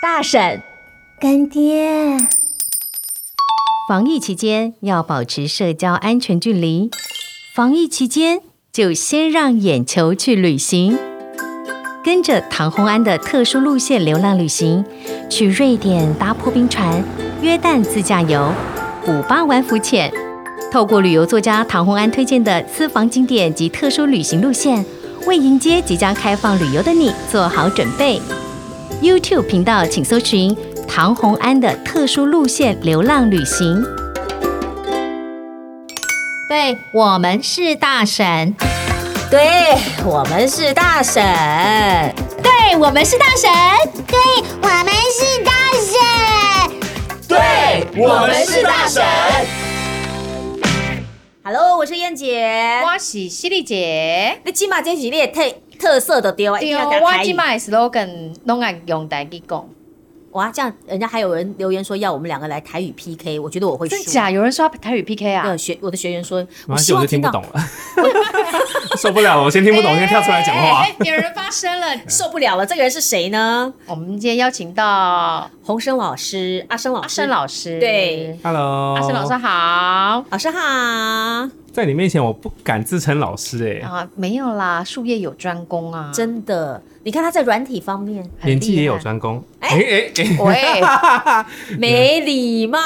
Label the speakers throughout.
Speaker 1: 大婶，
Speaker 2: 干爹，
Speaker 1: 防疫期间要保持社交安全距离，防疫期间就先让眼球去旅行。跟着唐红安的特殊路线流浪旅行，去瑞典搭破冰船，约旦自驾游，古巴玩浮潜。透过旅游作家唐红安推荐的私房景点及特殊旅行路线，为迎接即将开放旅游的你做好准备。YouTube 频道请搜寻唐红安的特殊路线流浪旅行。对我们是大神，
Speaker 2: 对我们是大婶，
Speaker 1: 对我们是大神。
Speaker 3: 对我们是大神，
Speaker 4: 对我们是大神。
Speaker 2: Hello，我是燕
Speaker 1: 哎
Speaker 2: 姐。
Speaker 5: 我是犀利姐，
Speaker 2: 你起码这几列特特色的对啊，一定
Speaker 5: 对
Speaker 2: 要
Speaker 5: 哦，
Speaker 2: 给它
Speaker 5: 我
Speaker 2: 开
Speaker 5: 即
Speaker 2: 语。
Speaker 5: 摆 slogan 拢爱用台语讲，
Speaker 2: 哇，这样人家还有人留言说要我们两个来台语 PK，我觉得我会输。
Speaker 5: 真假？有人说要台语 PK 啊
Speaker 2: 对？学我的学员说，
Speaker 4: 没关系，
Speaker 2: 希
Speaker 4: 我
Speaker 2: 望
Speaker 4: 就听
Speaker 2: 听
Speaker 4: 不懂
Speaker 2: 到
Speaker 4: 了， 受不了了，我先听不懂，我先跳出来讲话
Speaker 5: 哎。哎哎有人发声了。
Speaker 2: 受不了了。这个人是谁呢？
Speaker 5: 我们今天邀请到
Speaker 2: 洪生老师、阿生老师、
Speaker 5: 阿生老师，
Speaker 2: 对，
Speaker 4: Hello，
Speaker 5: 阿
Speaker 2: 啊
Speaker 5: 生老师好
Speaker 2: 老师好，
Speaker 4: 在你面前我不敢自称老师哎、
Speaker 2: 哦
Speaker 5: 啊，没有啦，术业有专攻啊，
Speaker 2: 真的，你看他在软体方面
Speaker 5: 很
Speaker 4: 哎年纪
Speaker 5: 厉害
Speaker 4: 也有，专攻。哎哎哎，
Speaker 5: 喂，
Speaker 2: 没礼貌。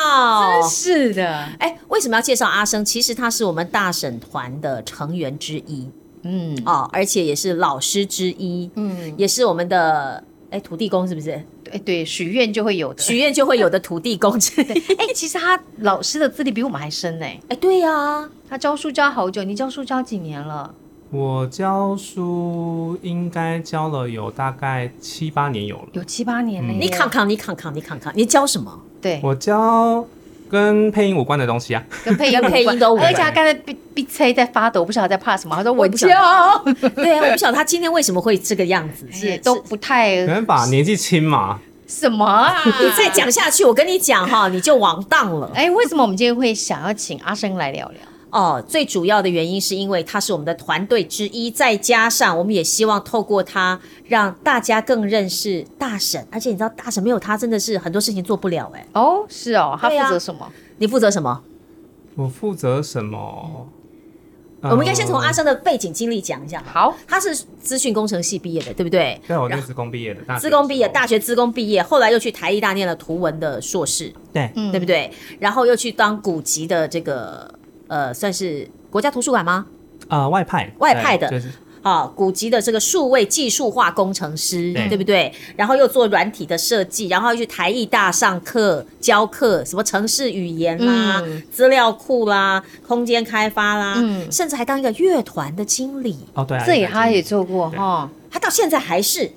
Speaker 5: 是的，
Speaker 2: 哎，为什么要介绍阿生？其实他是我们大审团的成员之一
Speaker 5: 嗯
Speaker 2: 哦，而且也是老师之一，
Speaker 5: 嗯，
Speaker 2: 也是我们的哎土地公是不是？
Speaker 5: 对对，许愿就会有的。
Speaker 2: 许愿就会有的土地公 之一。
Speaker 5: 哎，其实他老师的资历比我们还深呢，
Speaker 2: 哎，对呀、
Speaker 5: 他教书教好久，你教书教几年了？
Speaker 4: 我教书应该教了有大概七八年有了。
Speaker 5: 有七八年了耶，
Speaker 4: 嗯
Speaker 2: 你看看，你看看，你看看，你教什 么？
Speaker 5: 对，
Speaker 4: 我教跟配音无关的东西啊，
Speaker 5: 跟配音
Speaker 2: 跟配音都无关
Speaker 5: 而且他刚才逼逼催在发抖，我不晓得在怕什么。他说我
Speaker 2: 不晓
Speaker 5: 教
Speaker 2: 得，对啊，我不晓得他今天为什么会这个样子，哎
Speaker 5: 也
Speaker 2: 是
Speaker 5: 都不太
Speaker 2: 呃
Speaker 4: 可能吧，年纪轻嘛，
Speaker 5: 什么啊。
Speaker 2: 你再讲下去，我跟你讲哈，你就完蛋了。
Speaker 5: 哎，为什么我们今天会想要请阿生来聊聊？
Speaker 2: 哦，最主要的原因是因为他是我们的团队之一，再加上我们也希望透过他让大家更认识大婶，而且你知道大婶没有他真的是很多事情做不了哎、
Speaker 5: 哦，是哦，他
Speaker 2: 对啊
Speaker 5: 负责什么？
Speaker 2: 你负责什么？
Speaker 4: 我负责什么？
Speaker 2: 嗯
Speaker 4: 啊
Speaker 2: 我们应该先从阿
Speaker 4: 生，
Speaker 2: 生的背景经历讲一下。
Speaker 5: 好，
Speaker 2: 他是资讯工程系毕业的，对不对？
Speaker 4: 呃对，我念职工毕业的，大学
Speaker 2: 资工毕业，
Speaker 4: 的时候
Speaker 2: 大学资工毕业，后来又去台艺大念了图文的硕士，
Speaker 4: 对，
Speaker 5: 嗯
Speaker 2: 对不？对？然后又去当古籍的这个呃，算是国家图书馆吗？
Speaker 4: 呃，外派，
Speaker 2: 外派的
Speaker 4: 对就是
Speaker 2: 啊，古籍的这个数位技术化工程师，
Speaker 4: 对
Speaker 2: 对不对？然后又做软体的设计，然后又去台艺大上课教课，什么城市语言啦、
Speaker 5: 嗯
Speaker 2: 资料库啦、空间开发啦，
Speaker 5: 嗯
Speaker 2: 甚至还当一个乐团的经理，
Speaker 4: 哦，对啊，
Speaker 5: 这也
Speaker 4: 外派
Speaker 5: 他
Speaker 4: 经
Speaker 5: 也
Speaker 4: 理
Speaker 5: 做过
Speaker 4: 对
Speaker 5: 哈。
Speaker 2: 他到现在还是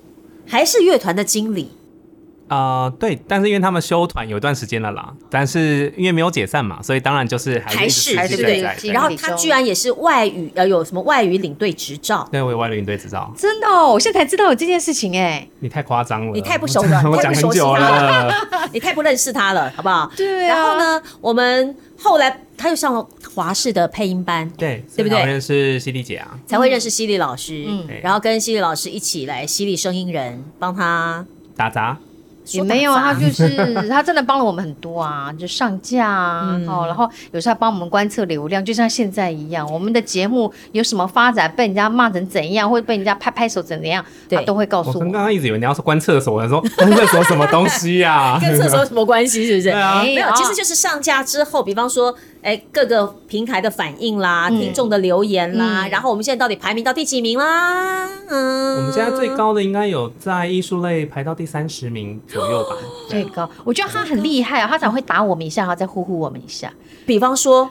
Speaker 2: 还是乐团的经理。
Speaker 4: 呃，对，但是因为他们休团有一段时间了啦，但是因为没有解散嘛，所以当然就是还是
Speaker 2: 还
Speaker 4: 还
Speaker 2: 是
Speaker 4: 是
Speaker 2: 对
Speaker 4: 在
Speaker 5: 经理
Speaker 2: 然
Speaker 4: 然
Speaker 2: 后
Speaker 4: 后，
Speaker 2: 他居然也是外语呃有什么外语领队执 照，
Speaker 4: 对我有外领队执照，
Speaker 5: 真的哦，我现在才知道有这件事情哎。
Speaker 4: 你太夸张了，
Speaker 2: 你太不熟了
Speaker 4: 我
Speaker 2: 太
Speaker 4: 讲很
Speaker 2: 不熟悉
Speaker 4: 久了，
Speaker 2: 你太不认识他了，好不好？
Speaker 5: 对啊
Speaker 2: 然后？呢，我们后来他又上了华视的配音班，
Speaker 4: 对
Speaker 2: 对
Speaker 4: 所
Speaker 2: 不对
Speaker 4: 以才会认识犀利姐啊，
Speaker 2: 才会认识犀利老师，
Speaker 5: 嗯
Speaker 4: 对
Speaker 2: 然后跟犀利老师一起来犀利声音人帮他
Speaker 4: 打杂，
Speaker 2: 说
Speaker 5: 也
Speaker 2: 打杂
Speaker 5: 没有，啊他就是 他真的帮了我们很多啊，就上架啊，
Speaker 2: 嗯
Speaker 5: 哦，然后有时候还帮我们观测流量，就像现在一样，我们的节目有什么发展，被人家骂成怎样，或者被人家拍拍手怎样，
Speaker 2: 对
Speaker 5: 他都会告
Speaker 4: 我
Speaker 5: 诉
Speaker 4: 刚
Speaker 5: 我。
Speaker 4: 刚一直以为你要说关厕所，我想说 关厕所什么东西啊呀？
Speaker 2: 跟厕所有什么关系？是不是？
Speaker 4: 对啊
Speaker 2: 没
Speaker 5: 没有
Speaker 2: 有，其实就是上架之后，比方说，哎，各个平台的反应啦，听众的留言啦，
Speaker 5: 嗯
Speaker 2: 然后我们现在到底排名到第几名啦？嗯，
Speaker 4: 我们现在最高的应该有在艺术类排到第三十名左右吧，
Speaker 2: 嗯
Speaker 5: 最高，哦我觉得他很厉害啊，他常会打我们一下，然后再呼呼我们一下。
Speaker 2: 比方说，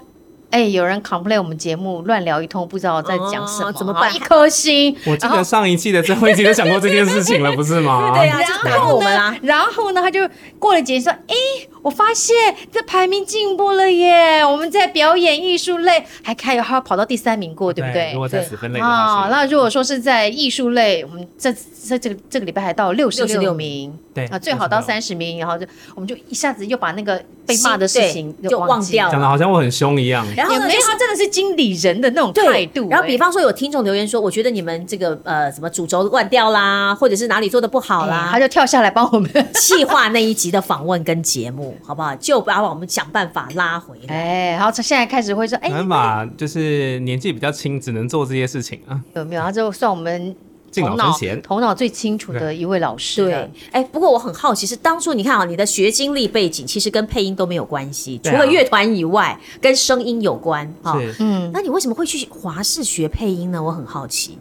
Speaker 5: 哎，有人 complain 我们节目乱聊一通，不知道在讲什么，啊
Speaker 2: 哦怎么办
Speaker 5: 一颗星。
Speaker 4: 我记得上一季的最后一集就 讲过这件事情了，不是吗？
Speaker 2: 啊对啊，就打过我们啦。
Speaker 5: 然后呢，他就过了几天说：“哎，我发现这排名进步了耶！我们在表演艺术类还开还跑到第三名过，对不对？
Speaker 4: 如果在死分类的话
Speaker 5: 啊，
Speaker 4: 是，
Speaker 5: 那如果说是在艺术类，我们这这这个这个礼拜还到六十六
Speaker 2: 66
Speaker 5: 名
Speaker 4: 对
Speaker 5: 啊，最好到
Speaker 4: 66
Speaker 5: 三十名，然后就我们就一下子又把那个被骂的事
Speaker 2: 对
Speaker 5: 情
Speaker 2: 就
Speaker 5: 忘
Speaker 2: 忘
Speaker 5: 记
Speaker 2: 掉
Speaker 4: 讲的好像我很凶一样。
Speaker 2: 然后
Speaker 5: 也
Speaker 2: 呢，
Speaker 5: 没有，他真的是经理人的那种态
Speaker 2: 对
Speaker 5: 度。
Speaker 2: 然后，比
Speaker 5: 哎
Speaker 2: 方说有听众留言说，我觉得你们这个呃什么主轴乱掉啦，或者是哪里做的不好
Speaker 5: 哎
Speaker 2: 啦，
Speaker 5: 他就跳下来帮 我们。
Speaker 2: 气化那一集的访问跟节目， 好不好？就把我们想办法拉回来。
Speaker 5: 哎，然后他现在开始会说，哎，
Speaker 4: 没办法，就是年纪比较轻，只能做这些事情啊。
Speaker 5: 有没有？他就算我们
Speaker 4: 敬
Speaker 5: 头
Speaker 4: 老
Speaker 5: 脑
Speaker 4: 尊贤
Speaker 5: 头脑最清楚的一位老师了。
Speaker 2: 对，哎，不过我很好奇，是当初你看啊，你的学经历背景其实跟配音都没有关系，除
Speaker 4: 对啊
Speaker 2: 了乐团以外，跟声音有关啊。
Speaker 4: 是，
Speaker 5: 嗯，
Speaker 2: 那你为什么会去华视学配音呢？我很好奇。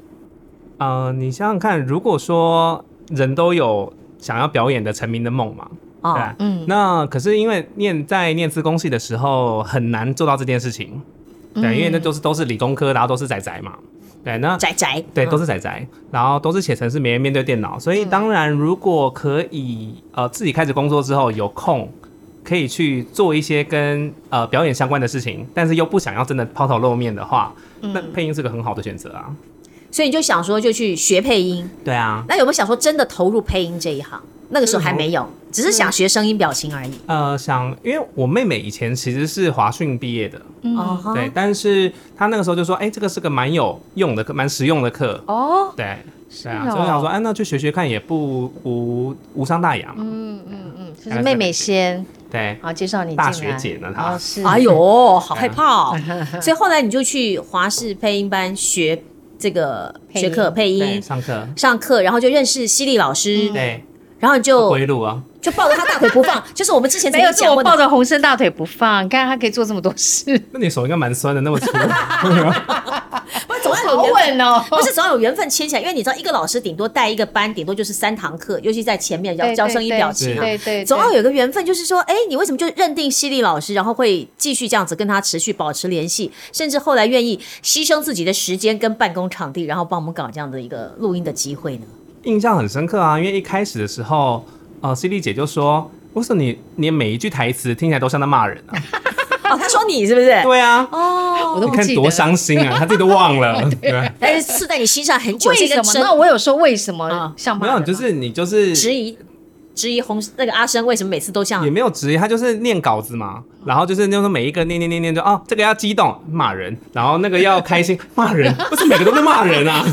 Speaker 4: 呃，你想想看，如果说人都有想要表演的成名的梦嘛，对啊
Speaker 2: 哦
Speaker 4: 吧，
Speaker 5: 嗯
Speaker 4: 那可是因为念在念自工系的时候很难做到这件事情，
Speaker 5: 嗯
Speaker 4: 对，因为那都是都是理工科，然后都是仔仔嘛，对，那
Speaker 2: 宅宅，
Speaker 4: 对，
Speaker 5: 嗯
Speaker 4: 都
Speaker 2: 是
Speaker 4: 是仔仔，然后都是写程式，每天面对电脑，所以当然如果可以，呃，自己开始工作之后有空，可以去做一些跟呃表演相关的事情，但是又不想要真的抛头露面的话，那
Speaker 5: 嗯
Speaker 4: 配音是个很好的选择啊。
Speaker 2: 嗯所以你就想说就去学配音。
Speaker 4: 对啊，
Speaker 2: 那有没有想说真的投入配音这一行？那个时候还没有，只是想学声音表情而已。
Speaker 4: 呃，想因为我妹妹以前其实是华讯毕业的，
Speaker 2: 哦
Speaker 5: 啊
Speaker 2: 哈
Speaker 4: 对，但是她那个时候就说，哎、这个是个蛮有用的课，蛮实用的课，
Speaker 5: 哦，
Speaker 4: 对。对啊，
Speaker 5: 是哦
Speaker 4: 所以我想说，哎、那去学学看也不无无伤大雅嘛。
Speaker 5: 嗯嗯嗯，就是妹妹先，
Speaker 4: 对
Speaker 5: 然，后介绍你进来。
Speaker 4: 大学姐呢她
Speaker 5: 哦是，
Speaker 2: 哎，呦，好害怕、哦！ 所以后来你就去华视配音班学这个
Speaker 5: 配音
Speaker 2: 学科配
Speaker 4: 对，
Speaker 2: 音，
Speaker 4: 上课，
Speaker 5: 嗯
Speaker 2: 上课，然后就认识犀利老师，
Speaker 4: 对，
Speaker 2: 然后你就
Speaker 4: 归路啊，
Speaker 2: 就抱着他大腿不放， 就是我们之前曾
Speaker 5: 没有，
Speaker 2: 经
Speaker 5: 是
Speaker 2: 讲
Speaker 5: 我
Speaker 2: 过
Speaker 5: 抱
Speaker 2: 的。
Speaker 5: 着红参大腿不放，你看他可以做这么多 事，
Speaker 4: 那你手应该蛮酸的，那么粗。
Speaker 2: 不是总要
Speaker 5: 好
Speaker 2: 有缘分
Speaker 5: 稳哦。
Speaker 2: 不是总要有缘分牵起来，因为你知道，一个老师顶多带一个班，顶多就是三堂课，尤其在前面要
Speaker 5: 对
Speaker 2: 教声音表
Speaker 5: 对
Speaker 2: 情啊。
Speaker 5: 对对，
Speaker 2: 总要
Speaker 5: 有
Speaker 2: 有个缘分，就是说，哎，你为什么就认定犀利老师，然后会继续这样子跟他持续保持联系，甚至后来愿意牺牲自己的时间跟办公场地，然后帮我们搞这样的一个录音的机 会呢？
Speaker 4: 印象很深刻啊，因为一开始的时候，呃，C D 姐就说：“为什么你你每一句台词听起来都像在骂人啊
Speaker 2: 哦，他说你是不是？”？
Speaker 4: 对啊，
Speaker 5: 我
Speaker 4: 你
Speaker 5: 都不
Speaker 4: 看
Speaker 5: 记得
Speaker 4: 多伤心啊，她自己都忘了。对，
Speaker 2: 但是刺在你心上很久，
Speaker 5: 为
Speaker 2: 这
Speaker 5: 什
Speaker 2: 个
Speaker 5: 么？
Speaker 2: 针
Speaker 5: 那我有说为什么
Speaker 2: 啊
Speaker 5: 像
Speaker 4: 没
Speaker 5: 骂人
Speaker 4: 有，
Speaker 5: 吗
Speaker 4: 就是你就是
Speaker 2: 质疑啊质疑红那个阿生为什么每次都这样
Speaker 4: 也没有质疑，她就是念稿子嘛，然后就是那种每一个念念念念就哦，这个要激动骂人，然后那个要开心骂人，不是每个都在骂人啊。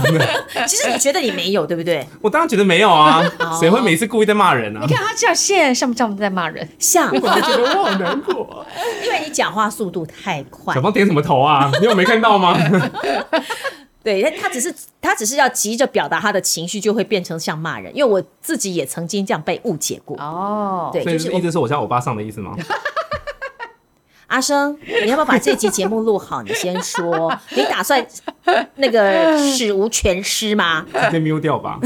Speaker 2: 其实你觉得你没有，对不 对？
Speaker 4: 我当然觉得没有啊，谁会每次故意在骂人啊
Speaker 5: 你？看他这样现在像不像我们在骂人？
Speaker 2: 像，
Speaker 4: 我觉得我好难过。啊
Speaker 2: 因为你讲话速度太快
Speaker 4: 小，芳点什么头啊？你有没看到吗？
Speaker 2: 对，他他只是他只是要急着表达他的情绪，就会变成像骂人。因为我自己也曾经这样被误解过。
Speaker 5: 哦，
Speaker 2: 对，
Speaker 4: 所以
Speaker 2: 就是是
Speaker 4: 一
Speaker 2: 我
Speaker 4: 直是我像欧巴桑的意思吗？
Speaker 2: 阿生，你要不要把这集节目录好？你先说，你打算那个史无全尸吗？
Speaker 4: 直接 mute 掉 吧。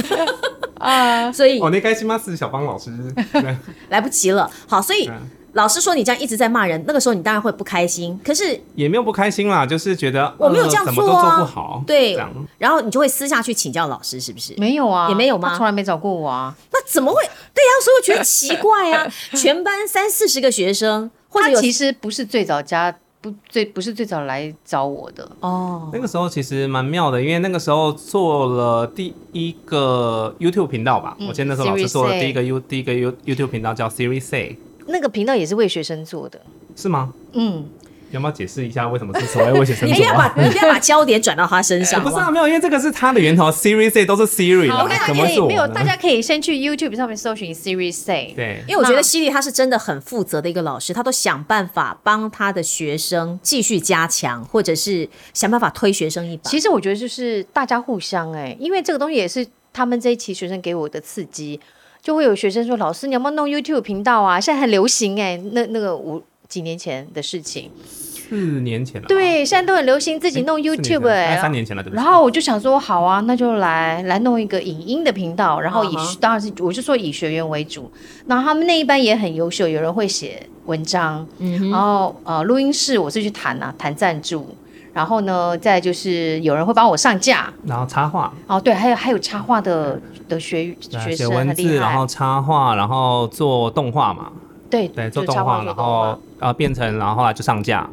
Speaker 5: 啊，
Speaker 2: 所以
Speaker 4: 哦，那该新吗？是小芳老师。 对
Speaker 2: 来不及了。好，所以
Speaker 4: 嗯
Speaker 2: 老师说你这样一直在骂人，那个时候你当然会不开心。可是
Speaker 4: 也没有不开心啦，就是觉得
Speaker 2: 我没有
Speaker 4: 呃
Speaker 2: 这样
Speaker 4: 怎么都
Speaker 2: 做啊
Speaker 4: 做不好，
Speaker 2: 对
Speaker 4: 哦这样，
Speaker 2: 然后你就会私下去请教老师，是不是？
Speaker 5: 没有啊，
Speaker 2: 也没有吗
Speaker 5: 他从来没找过我啊。
Speaker 2: 那怎么会？对呀、所以我觉得奇怪啊，全班三四十个学生，或者
Speaker 5: 他
Speaker 2: 有
Speaker 5: 其实不是最早加，不最不是最早来找我的，
Speaker 2: 哦
Speaker 4: 那个时候其实蛮妙的，因为那个时候做了第一个 YouTube 频道吧，
Speaker 2: 嗯
Speaker 4: 我记得那时候老师
Speaker 5: Series
Speaker 4: 做了第一个 U 第一个 U YouTube 频道叫 Series Say，
Speaker 5: 那个频道也是为学生做的。
Speaker 4: 是 吗？
Speaker 5: 嗯，
Speaker 4: 有没有解释一下为什么是所谓为写生
Speaker 2: 你不
Speaker 4: 作
Speaker 2: 哎 要
Speaker 4: 啊
Speaker 2: 把？你不要把焦点转到他身上，
Speaker 4: 不是
Speaker 2: 好
Speaker 4: 啊，没有，因为这个是他的源头，Series Say 都是 Siri
Speaker 5: 好，
Speaker 4: 啦
Speaker 5: 我跟大，
Speaker 4: 怎
Speaker 5: 家
Speaker 4: 么
Speaker 5: 可
Speaker 2: 哎
Speaker 4: 会是
Speaker 5: 以
Speaker 4: 我
Speaker 5: 没有，
Speaker 4: 呢？
Speaker 5: 大家可以先去 YouTube 上面搜寻 Series Say。
Speaker 4: 对
Speaker 2: 因为我觉得犀利他是真的很负责的一个老师，他都想办法帮他的学生继续加强，或者是想办法推学生一把。
Speaker 5: 其实我觉得就是大家互相哎、因为这个东西也是他们这一期学生给我的刺激，就会有学生说：“老师，你要不要弄 YouTube 频道啊？现在很流行哎、那那个五几年前的事情，
Speaker 4: 四年前了，
Speaker 5: 对，现在都很流行自
Speaker 4: 哎，
Speaker 5: 己弄
Speaker 4: 四年前
Speaker 5: YouTube
Speaker 4: 了
Speaker 5: 哎、
Speaker 4: 哎三年前了，对不
Speaker 5: 然
Speaker 4: 起。
Speaker 5: 后我就想说，好啊，那就来来弄一个影音的频道，然后
Speaker 4: 啊
Speaker 5: 以、
Speaker 2: 嗯哼
Speaker 5: 当然是我就说以学员为主。那他们那一班也很优秀，有人会写文章，
Speaker 4: 嗯
Speaker 5: 然后呃录音室我是去谈啊谈赞助，然后呢再就是有人会帮我上架，
Speaker 4: 然后插画，
Speaker 5: 哦对，还有还有插画的的学
Speaker 4: 对啊
Speaker 5: 学
Speaker 4: 写
Speaker 5: 生很
Speaker 4: 文
Speaker 5: 厉
Speaker 4: 字，然
Speaker 5: 害
Speaker 4: 后，插画，然后做动画嘛，
Speaker 5: 对
Speaker 4: 对，
Speaker 5: 就
Speaker 4: 做
Speaker 5: 是
Speaker 4: 动
Speaker 5: 插
Speaker 4: 画，
Speaker 5: 做
Speaker 4: 然
Speaker 5: 动画
Speaker 4: 后呃变成，然后后来就上架，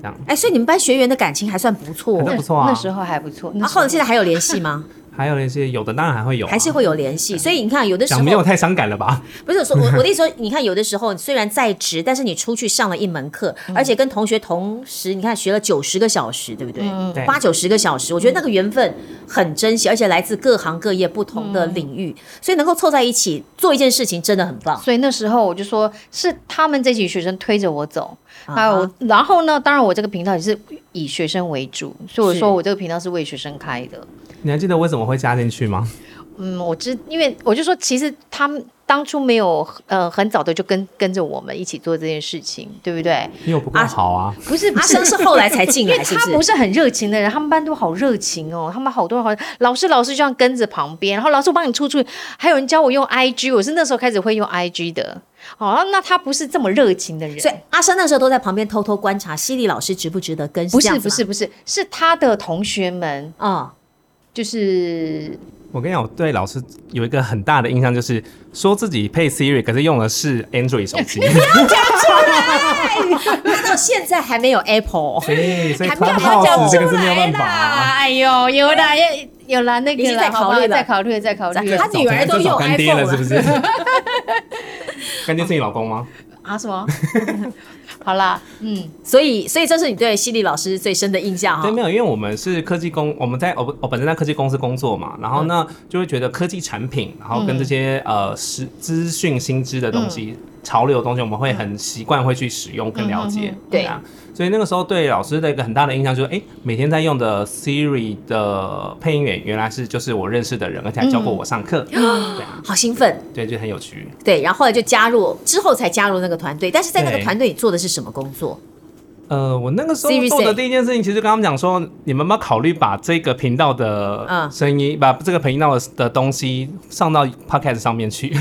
Speaker 4: 这样。
Speaker 2: 哎，所以你们班学员的感情还算不错、
Speaker 4: 那
Speaker 5: 那
Speaker 2: 哦。
Speaker 4: 不错啊
Speaker 5: 那时候还不错。那
Speaker 2: 然
Speaker 5: 时
Speaker 2: 啊后
Speaker 5: 候
Speaker 2: 现在还有联系吗？
Speaker 4: 还有那些有的当然还会有啊、
Speaker 2: 还是会有联系，所以你看，有的时候
Speaker 4: 讲没有太伤感了吧？
Speaker 2: 不是说，我我的意思说，你看有的时候虽然在职，但是你出去上了一门课，
Speaker 4: 嗯
Speaker 2: 而且跟同学同时，你看学了九十个小时，对不对？
Speaker 4: 嗯对
Speaker 2: 八九十个小时，我觉得那个缘分很珍惜，而且来自各行各业不
Speaker 4: 嗯
Speaker 2: 同的领域，所以能够凑在一起做一件事情真的很棒。
Speaker 5: 所以那时候我就说是他们这群学生推着我走，
Speaker 2: 啊
Speaker 5: 还有我，然后呢，当然我这个频道也是以学生为主，所以我
Speaker 2: 是
Speaker 5: 说我这个频道是为学生开的。
Speaker 4: 你还记得为什么会加进去吗？
Speaker 5: 嗯，我知，因为我就说其实他们当初没有呃很早的就跟跟着我们一起做这件事情，对不
Speaker 2: 嗯
Speaker 5: 对？
Speaker 4: 因为我不够好啊，
Speaker 5: 不是，不
Speaker 2: 阿
Speaker 5: 是
Speaker 2: 生。是后来才进
Speaker 5: 因为
Speaker 2: 来，是
Speaker 5: 他
Speaker 2: 不
Speaker 5: 不
Speaker 2: 是？
Speaker 5: 是很热情的人，他们班都好热情哦，他们好多人好老师老师就这样跟着旁边，然后老师我帮你出去，还有人教我用 IG，我是那时候开始会用 IG 的。哦，那他不是这么热情的人，
Speaker 2: 所以阿生那时候都在旁边偷偷观察犀利老师值不值得跟，这
Speaker 5: 不是
Speaker 2: 样子
Speaker 5: 不
Speaker 2: 吗
Speaker 5: 是不是，是他的同学们，
Speaker 2: 哦，
Speaker 5: 就是
Speaker 4: 我跟你讲，我对老师有一个很大的印象，就是说自己配 Siri，可是用的是 Android 手 机，
Speaker 2: 到现在还没有 Apple，哦
Speaker 4: 所以 所以
Speaker 2: 还没有讲
Speaker 4: Clubhouse 这个是
Speaker 5: 出
Speaker 4: 没有
Speaker 5: 来
Speaker 4: 办法、
Speaker 5: 啦
Speaker 4: 啊。
Speaker 5: 哎呦，有啦，有有啦，那
Speaker 2: 已
Speaker 5: 个
Speaker 2: 经在
Speaker 5: 啦，好
Speaker 2: 考虑
Speaker 5: 吧
Speaker 2: 了
Speaker 5: 再考虑，再考虑
Speaker 2: 他女儿都用
Speaker 4: 找干爹
Speaker 2: iPhone
Speaker 4: 了，是不
Speaker 2: 了，
Speaker 4: 是？干爹是你老公吗？
Speaker 5: 啊什么？ 好啦，嗯，
Speaker 2: 所以所以这是你对犀利老师最深的印象哈哦
Speaker 4: 对，。没有，因为我们是科技公，我们在我我本身在科技公司工作嘛，然后呢就会觉得科技产品，然后跟这些、呃资资讯新知的东西、潮流的东西，我们会很习惯会去使用跟了解，
Speaker 2: 对
Speaker 4: 啊。所以那个时候对老师的一个很大的印象就是，哎、每天在用的 Siri 的配音员原来是就是我认识的人，而且还教过我上课，对啊，
Speaker 2: 好兴奋，
Speaker 4: 对，就很有趣。
Speaker 2: 对，然后后来就加入，之后才加入那个团队。但是在那个
Speaker 4: 对
Speaker 2: 团队，你做的是什么工作？
Speaker 4: 呃，我那个时候
Speaker 2: Siri
Speaker 4: 做
Speaker 2: say
Speaker 4: 的第一件事情，其实就跟他们讲说，你们有没有考虑把这个频道的
Speaker 2: 嗯
Speaker 4: 声音，把这个频道的的东西上到 podcast 上面去？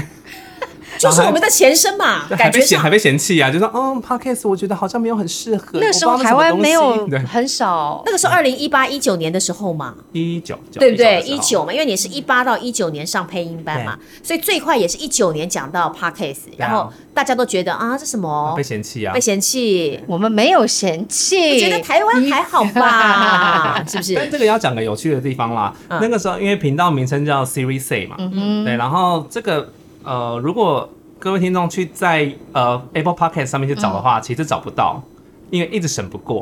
Speaker 2: 就是我们的前身嘛，
Speaker 4: 还
Speaker 2: 感
Speaker 4: 被
Speaker 2: 觉
Speaker 4: 嫌还
Speaker 2: 上
Speaker 4: 被嫌弃啊，就说嗯，podcast 我觉得好像没有很适合。
Speaker 5: 那个时候台湾没有
Speaker 4: 对，
Speaker 5: 很少
Speaker 2: 那个时候二零一八一九年的时候嘛，
Speaker 4: 一九九
Speaker 2: 对不对？
Speaker 4: 19的时
Speaker 2: 一
Speaker 4: 候
Speaker 2: 九嘛，因为你是一八到一九年上配音班嘛，所以最快也是一九年讲到 podcast，
Speaker 4: 啊
Speaker 2: 然后大家都觉得啊，这什么
Speaker 4: 被嫌弃啊
Speaker 2: 被，嫌弃，
Speaker 5: 我们没有嫌
Speaker 2: 我
Speaker 5: 弃，
Speaker 2: 觉得台湾还好吧， 是不
Speaker 4: 但
Speaker 2: 是？
Speaker 4: 这个要讲个有趣的地方啦。
Speaker 2: 嗯
Speaker 4: 那个时候因为频道名称叫 Siri Say 嘛，对，然后这个呃，如果各位听众去在呃 Apple Podcast 上面去找的
Speaker 2: 嗯
Speaker 4: 话，其实找不到，因为一直审不过。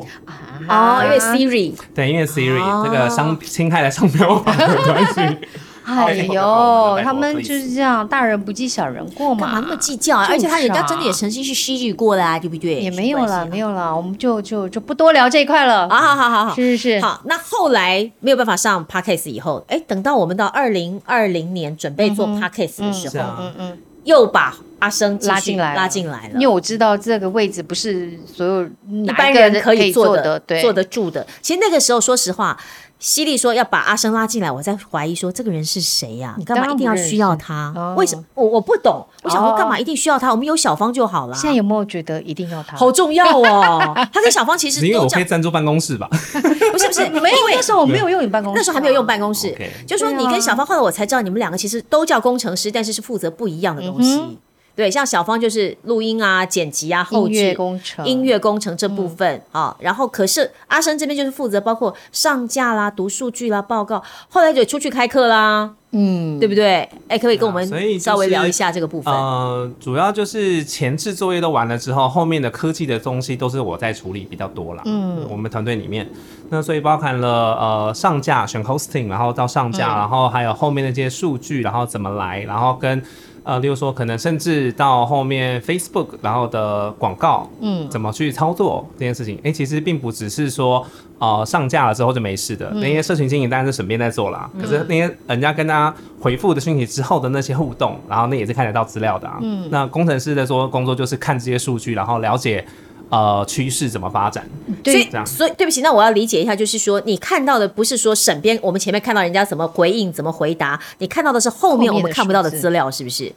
Speaker 2: 哦，因为
Speaker 5: 啊
Speaker 2: Siri
Speaker 4: 对，因为 Siri、
Speaker 2: 哦
Speaker 4: 这个商侵害了商标法的关系，
Speaker 5: 哎
Speaker 4: 拜托
Speaker 5: 呦，
Speaker 4: 拜托
Speaker 5: 他们就是这样，大人不计小人过
Speaker 2: 干嘛
Speaker 5: 嘛
Speaker 2: 那么。计较啊？
Speaker 5: 就是啊
Speaker 2: 而且他人家真的也曾经是 Siri 过啦，对不对？
Speaker 5: 也没有啦，没
Speaker 2: 有。
Speaker 5: 有啦，我们就就就不多聊这一块了
Speaker 2: 啊，。好好好好，
Speaker 5: 是是是，
Speaker 2: 好，那后来没有办法上 podcast 以后，哎，等到我们到二零二零年准备做 podcast 的 时
Speaker 4: 是
Speaker 2: 候，
Speaker 4: 啊。
Speaker 5: 嗯嗯，
Speaker 2: 又把阿生继续
Speaker 5: 拉进来了
Speaker 2: 拉进来了
Speaker 5: 因为。我知道这个位置不是所有
Speaker 2: 一
Speaker 5: 一
Speaker 2: 般人可以
Speaker 5: 做
Speaker 2: 做的、
Speaker 5: 对，
Speaker 2: 坐得住的。其实那个时候，说实话，犀利说要把阿生拉进来，我在怀疑说这个人是谁呀、你干嘛
Speaker 5: 当然
Speaker 2: 一定要
Speaker 5: 不认识
Speaker 2: 需要他？
Speaker 5: 哦
Speaker 2: 为什么？我我不懂。我想说，
Speaker 5: 哦
Speaker 2: 干嘛一定需要他？我们有小芳就好啦。
Speaker 5: 现在有没有觉得一定要他？
Speaker 2: 好重要哦。他跟小芳其实
Speaker 4: 是因为
Speaker 2: 都
Speaker 4: 我
Speaker 2: 这
Speaker 4: 可以
Speaker 2: 样，
Speaker 4: 赞助办公室吧？
Speaker 2: 不是不 是，没有因为
Speaker 5: 那时候我没有用你办公室啊，
Speaker 2: 那时候还没有用办公室
Speaker 4: OK，
Speaker 2: 就说你
Speaker 5: 对
Speaker 2: 跟
Speaker 5: 啊
Speaker 2: 小芳，后来我才知道你们两个其实都叫工程师，但是是负责不一样的东西。
Speaker 5: 嗯
Speaker 2: 对，像小芳就是录音啊、剪辑啊、后
Speaker 5: 音
Speaker 2: 置
Speaker 5: 乐工程，
Speaker 2: 音乐工程这部分啊、然后可是阿生这边就是负责包括上架啦、读数据啦、报告，后来就出去开课啦，
Speaker 5: 嗯，
Speaker 2: 对不对？哎，可不可以跟我
Speaker 4: 啊所以
Speaker 2: 们
Speaker 4: 就是
Speaker 2: 稍微聊一下这个部分。
Speaker 4: 呃，主要就是前置作业都完了之后，后面的科技的东西都是我在处理比较多啦。嗯，我们团队里面，那所以包含了呃上架选 hosting，然后到上架，然后还有后面那些数据，然后怎么来，然后跟呃，例如说可能甚至到后面 Facebook 然后的广告，嗯，怎么去操作这件事情，哎、其实并不只是说呃上架了之后就没事的，那些社群经营当然是沈编在做啦，可是那些人家跟大家回复的讯息之后的那些互动，然后那也是看得到资料的啊。嗯，那工程师在做工作就是看这些数据，然后了解呃趋势怎么发展。
Speaker 2: 所
Speaker 5: 对
Speaker 2: 以
Speaker 4: 这，样
Speaker 2: 所以对不起，那我要理解一下，就是说你看到的不是说审编，我们前面看到人家怎么回应、怎么回答，你看到的是后面
Speaker 5: 后面的
Speaker 2: 我们看不到的
Speaker 5: 数字
Speaker 2: 资料，是不是？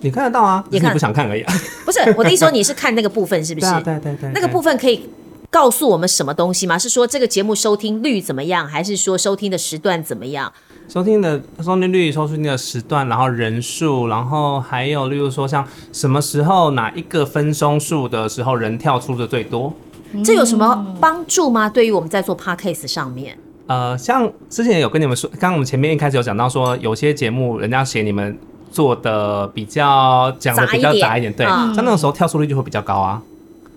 Speaker 4: 你看得到啊，
Speaker 2: 也
Speaker 4: 只是
Speaker 2: 看
Speaker 4: 你不想看而已、啊。
Speaker 2: 不是，我的意思说你是看那个部分，是不是？
Speaker 4: 对啊，对对对
Speaker 2: 那个部
Speaker 4: 分
Speaker 2: 分可以告诉我们什么东西吗？是说这个节目收听率怎么样，还是说收听的时段怎么样？
Speaker 4: 收听的收听率、收听的时段，然后人数，然后还有例如说像什么时候哪一个分钟数的时候人跳出的最多。
Speaker 2: 这有什
Speaker 4: 嗯
Speaker 2: 么帮助吗？对于我们在做 podcast 上面，
Speaker 4: 呃，像之前有跟你们说，刚刚我们前面一开始有讲到说，有些节目人家写你们做的比较讲的比较
Speaker 2: 杂
Speaker 4: 杂
Speaker 2: 一
Speaker 4: 一点，
Speaker 2: 点
Speaker 4: 对，
Speaker 2: 嗯
Speaker 4: 像那种时候跳出率就会比较高啊。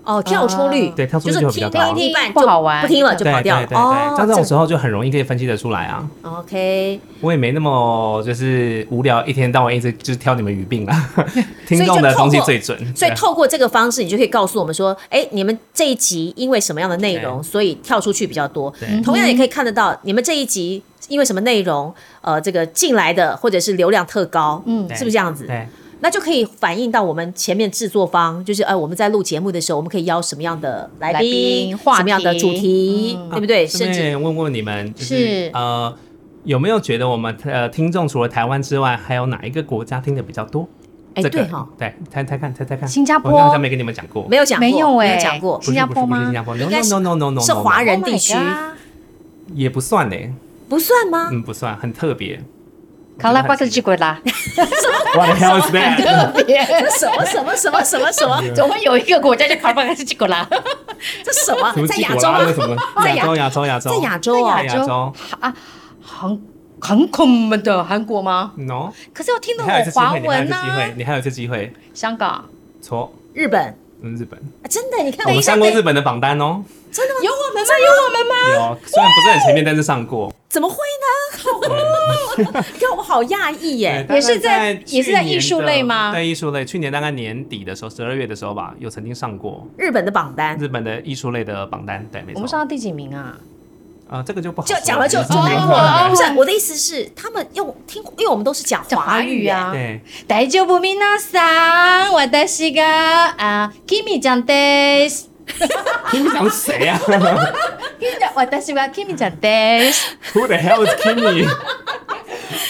Speaker 2: 哦，跳出率，
Speaker 4: 对跳出
Speaker 2: 就
Speaker 4: 率
Speaker 2: 是
Speaker 4: 就会比
Speaker 2: 听
Speaker 4: 较
Speaker 2: 到
Speaker 4: 高
Speaker 2: 一半
Speaker 5: 不
Speaker 2: 就
Speaker 5: 好玩
Speaker 2: 不听了就
Speaker 4: 对
Speaker 2: 跑
Speaker 4: 对
Speaker 2: 掉
Speaker 4: 对
Speaker 2: 了。
Speaker 4: 对，
Speaker 2: 哦，
Speaker 4: 像这种
Speaker 2: 个
Speaker 4: 时候就很容易可以分析得出来啊。
Speaker 2: OK，
Speaker 4: 我也没那么就是无聊，一天到晚一直就是挑你们语病 啦。
Speaker 2: 以就
Speaker 4: 听众的东西
Speaker 2: 透过
Speaker 4: 最准，
Speaker 2: 所以
Speaker 4: 对
Speaker 2: 透过这个方式，你就可以告诉我们说，哎，你们这一集因为什么样的内容，所以跳出去比较多。
Speaker 4: 对
Speaker 2: 同样也可以看得到，你们这一集因为什么内容，呃，这个进来的或者是流量特高，嗯，是不是这样子？
Speaker 4: 对。
Speaker 2: 那就可以反映到我们前面制作方，就是呃，我们在录节目的时候，我们可以邀什么样的来
Speaker 5: 来
Speaker 2: 宾
Speaker 5: 宾、
Speaker 2: 什么样的
Speaker 5: 话题
Speaker 2: 主题，对不对？
Speaker 4: 嗯啊
Speaker 2: 甚
Speaker 4: 顺
Speaker 2: 至
Speaker 4: 便问问你们，就是
Speaker 5: 是
Speaker 4: 呃，有没有觉得我们呃听众除了台湾之外，还有哪一个国家听的比较多？
Speaker 2: 哎，
Speaker 4: 这个
Speaker 2: 对哈，
Speaker 4: 对，猜猜看，猜猜看，
Speaker 5: 新加坡
Speaker 4: 我好像没跟你们讲过，
Speaker 2: 没有讲过，
Speaker 5: 没有哎、
Speaker 2: 讲过，
Speaker 4: 不是
Speaker 5: 新加
Speaker 4: 不是
Speaker 5: 坡
Speaker 4: 不是
Speaker 5: 吗
Speaker 4: 新加？坡
Speaker 2: 应该是
Speaker 4: ，no no no no no，
Speaker 2: 是华人
Speaker 5: Oh my
Speaker 2: 地区
Speaker 5: god
Speaker 4: 也不算呢，
Speaker 2: 不算吗？
Speaker 4: 嗯，不算，很特别。
Speaker 5: 啊卡拉巴克吉
Speaker 4: 奇怪
Speaker 5: 古 拉，
Speaker 4: ，What the hell is that？
Speaker 2: 这什么什么什么什么 什么？
Speaker 5: 总会有一个国家叫卡拉巴克吉古拉，
Speaker 2: 这什么
Speaker 4: 什么？
Speaker 2: 在
Speaker 4: 奇
Speaker 2: 亚
Speaker 4: 果
Speaker 2: 洲
Speaker 4: 啦？
Speaker 2: 吗
Speaker 4: 为？什么？
Speaker 2: 在亚
Speaker 4: 亚洲，亚洲，亚洲，
Speaker 2: 在亚洲啊
Speaker 4: 在亚洲
Speaker 5: 啊，韩韩国们的韩国吗？
Speaker 4: ，no，
Speaker 5: 可是我听
Speaker 4: 你
Speaker 5: 得
Speaker 4: 还有一次
Speaker 5: 懂
Speaker 4: 机
Speaker 5: 华
Speaker 4: 会，你还有一次
Speaker 5: 文
Speaker 4: 机
Speaker 5: 啊
Speaker 4: 会，，你还有一次机会，
Speaker 5: 香港
Speaker 4: 错，
Speaker 2: 日本
Speaker 4: 嗯，日本，
Speaker 2: 啊，真的，你看
Speaker 4: 哦我们
Speaker 2: 一下
Speaker 4: 上过
Speaker 2: 被
Speaker 4: 日本的榜单哦，
Speaker 2: 真的吗？
Speaker 5: 有我们吗？有我们吗？
Speaker 4: 有，虽然不是很前面，但是上过。
Speaker 2: 怎么会
Speaker 4: 嗯
Speaker 2: 呢？你 看我好讶异耶！
Speaker 4: 对
Speaker 5: 也是
Speaker 4: 大概
Speaker 5: 在也是在
Speaker 4: 去年
Speaker 5: 艺术
Speaker 4: 的
Speaker 5: 类吗
Speaker 4: 在艺术类，去年大概年底的时候，十二月的时候吧，有曾经上过
Speaker 2: 日本的榜单
Speaker 4: 日本的艺术类的榜单。对，没
Speaker 5: 我
Speaker 4: 错
Speaker 5: 们。上到第几名啊？
Speaker 4: 啊、这个就不好
Speaker 2: 就
Speaker 4: 说
Speaker 2: 讲了就哦
Speaker 4: 就是
Speaker 2: 就
Speaker 4: 没
Speaker 2: 没
Speaker 4: 空
Speaker 2: 过了，
Speaker 4: 了
Speaker 2: 不是我的意思是，他们用听，因为我们都是讲
Speaker 5: 讲
Speaker 2: 华
Speaker 5: 华
Speaker 2: 语
Speaker 5: 语
Speaker 2: 啊，
Speaker 5: 啊。
Speaker 4: 对，
Speaker 5: 大丈夫皆さん、私が啊，Kimi ちゃんです。
Speaker 4: 听讲谁 啊
Speaker 5: Kimi ちゃん私は Kimi ちゃんです。
Speaker 4: ？Who the hell is Kimi？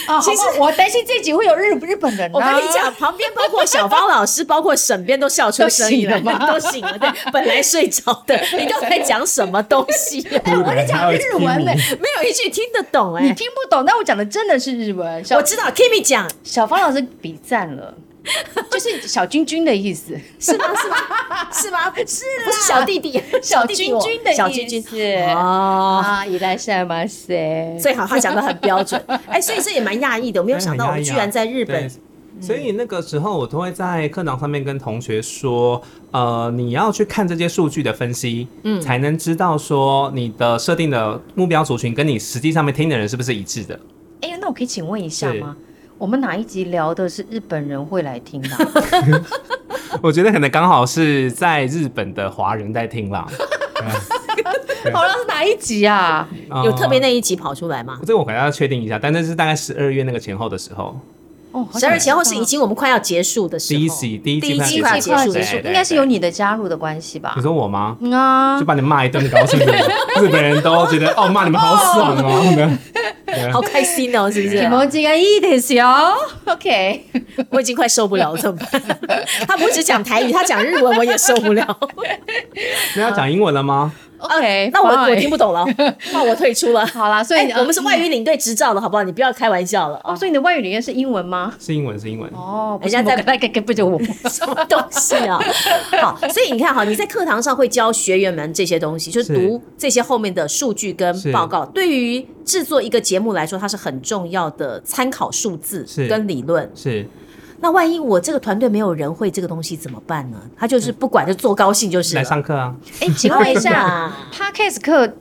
Speaker 5: 哦，其实我担心这集会有日日本人、啊。
Speaker 2: 我跟你讲，，旁边包括小芳老师，包括沈编都笑出声音来，
Speaker 5: 都醒了吗
Speaker 2: 都醒了。对，本来睡着 的，你到底在讲什么东西啊？
Speaker 4: 我在
Speaker 5: 哎讲日文呢、
Speaker 2: 没有一句听得懂
Speaker 5: 你
Speaker 2: 哎。
Speaker 5: 听不懂，但我讲的真的是日文。小
Speaker 2: 我知道 Kimi 讲
Speaker 5: 小芳老师比 赞了，就是小君君的意思，
Speaker 2: 是吗？是吗？ 是吗？不是， 不是小弟弟，
Speaker 5: 小
Speaker 2: 弟弟
Speaker 5: 君
Speaker 2: 我
Speaker 5: 君的意思。
Speaker 2: 小君君哦。
Speaker 5: 啊，伊拉夏马塞。
Speaker 2: 最好他讲的很标 准，哎，所以这也蛮讶异的，我没有
Speaker 4: 对
Speaker 2: 想
Speaker 4: 很
Speaker 2: 到我
Speaker 4: 压
Speaker 2: 们
Speaker 4: 抑
Speaker 2: 居
Speaker 4: 啊
Speaker 2: 然在日本嗯
Speaker 4: 对。所以那个时候，我都会在课堂上面跟同学说，呃，你要去看这些数据的分析，嗯，才能知道说你的设定的目标族群跟你实际上面听的人是不是一致的。
Speaker 5: 哎、那我可以请问一下吗？我们哪一集聊的是日本人会来 听的啊、
Speaker 4: 我觉得可能刚好是在日本的华人在听啦。
Speaker 5: 好像是哪一集啊？
Speaker 4: 呃
Speaker 2: 有特别那一集跑出来吗？
Speaker 4: 这个我可能要确定一下，但那是大概十二月那个前后的时候，
Speaker 5: 哦，
Speaker 2: 十二前后是已经我们快要结束的时候，
Speaker 4: 第一集第一
Speaker 2: 第一
Speaker 4: 季
Speaker 2: 季
Speaker 4: 快
Speaker 2: 快
Speaker 4: 要
Speaker 2: 结
Speaker 4: 对
Speaker 2: 束的
Speaker 5: 结
Speaker 2: 时
Speaker 5: 束
Speaker 4: 对
Speaker 2: 候，
Speaker 4: 对
Speaker 5: 应该是有你的加入的关系吧
Speaker 4: 你？说我吗？
Speaker 5: 嗯啊
Speaker 4: 就，把你骂一顿的高兴的，日本人都觉得哦骂你们好爽哦。啊
Speaker 2: 好开心哦，是 不是
Speaker 5: 気？持ちがいいですよ。OK，
Speaker 2: 我已经快受不了了，怎么办？ 他不只讲台语，他讲日文我也受 不了。
Speaker 4: 你要讲英文了吗？
Speaker 5: OK，
Speaker 2: 哦那我我
Speaker 5: fine
Speaker 2: 听不懂了，那我退出了。
Speaker 5: 哎好啦，所以、嗯
Speaker 2: 哎，我们是外语领队执照的好不好？你不要开玩笑了
Speaker 5: 哦，所以你的外语里面是英文吗？
Speaker 4: 是英文，是英文。
Speaker 5: 哦，
Speaker 2: 人家在
Speaker 5: 那个跟不着我，
Speaker 2: 什么东西 啊？好，所以你看哈，你在课堂上会教学员们这些东西，就
Speaker 4: 是
Speaker 2: 是读这些后面的数据跟
Speaker 4: 是
Speaker 2: 报告，对于制作一个节目来说，它是很重要的参考数字
Speaker 4: 是
Speaker 2: 跟理论。
Speaker 4: 是，
Speaker 2: 那万一我这个团队没有人会这个东西怎么办呢？他就是不管，就做高兴就是
Speaker 4: 来
Speaker 2: 了。
Speaker 4: 上课啊。
Speaker 5: 哎、请问 一下
Speaker 2: 啊
Speaker 5: ，Podcast 课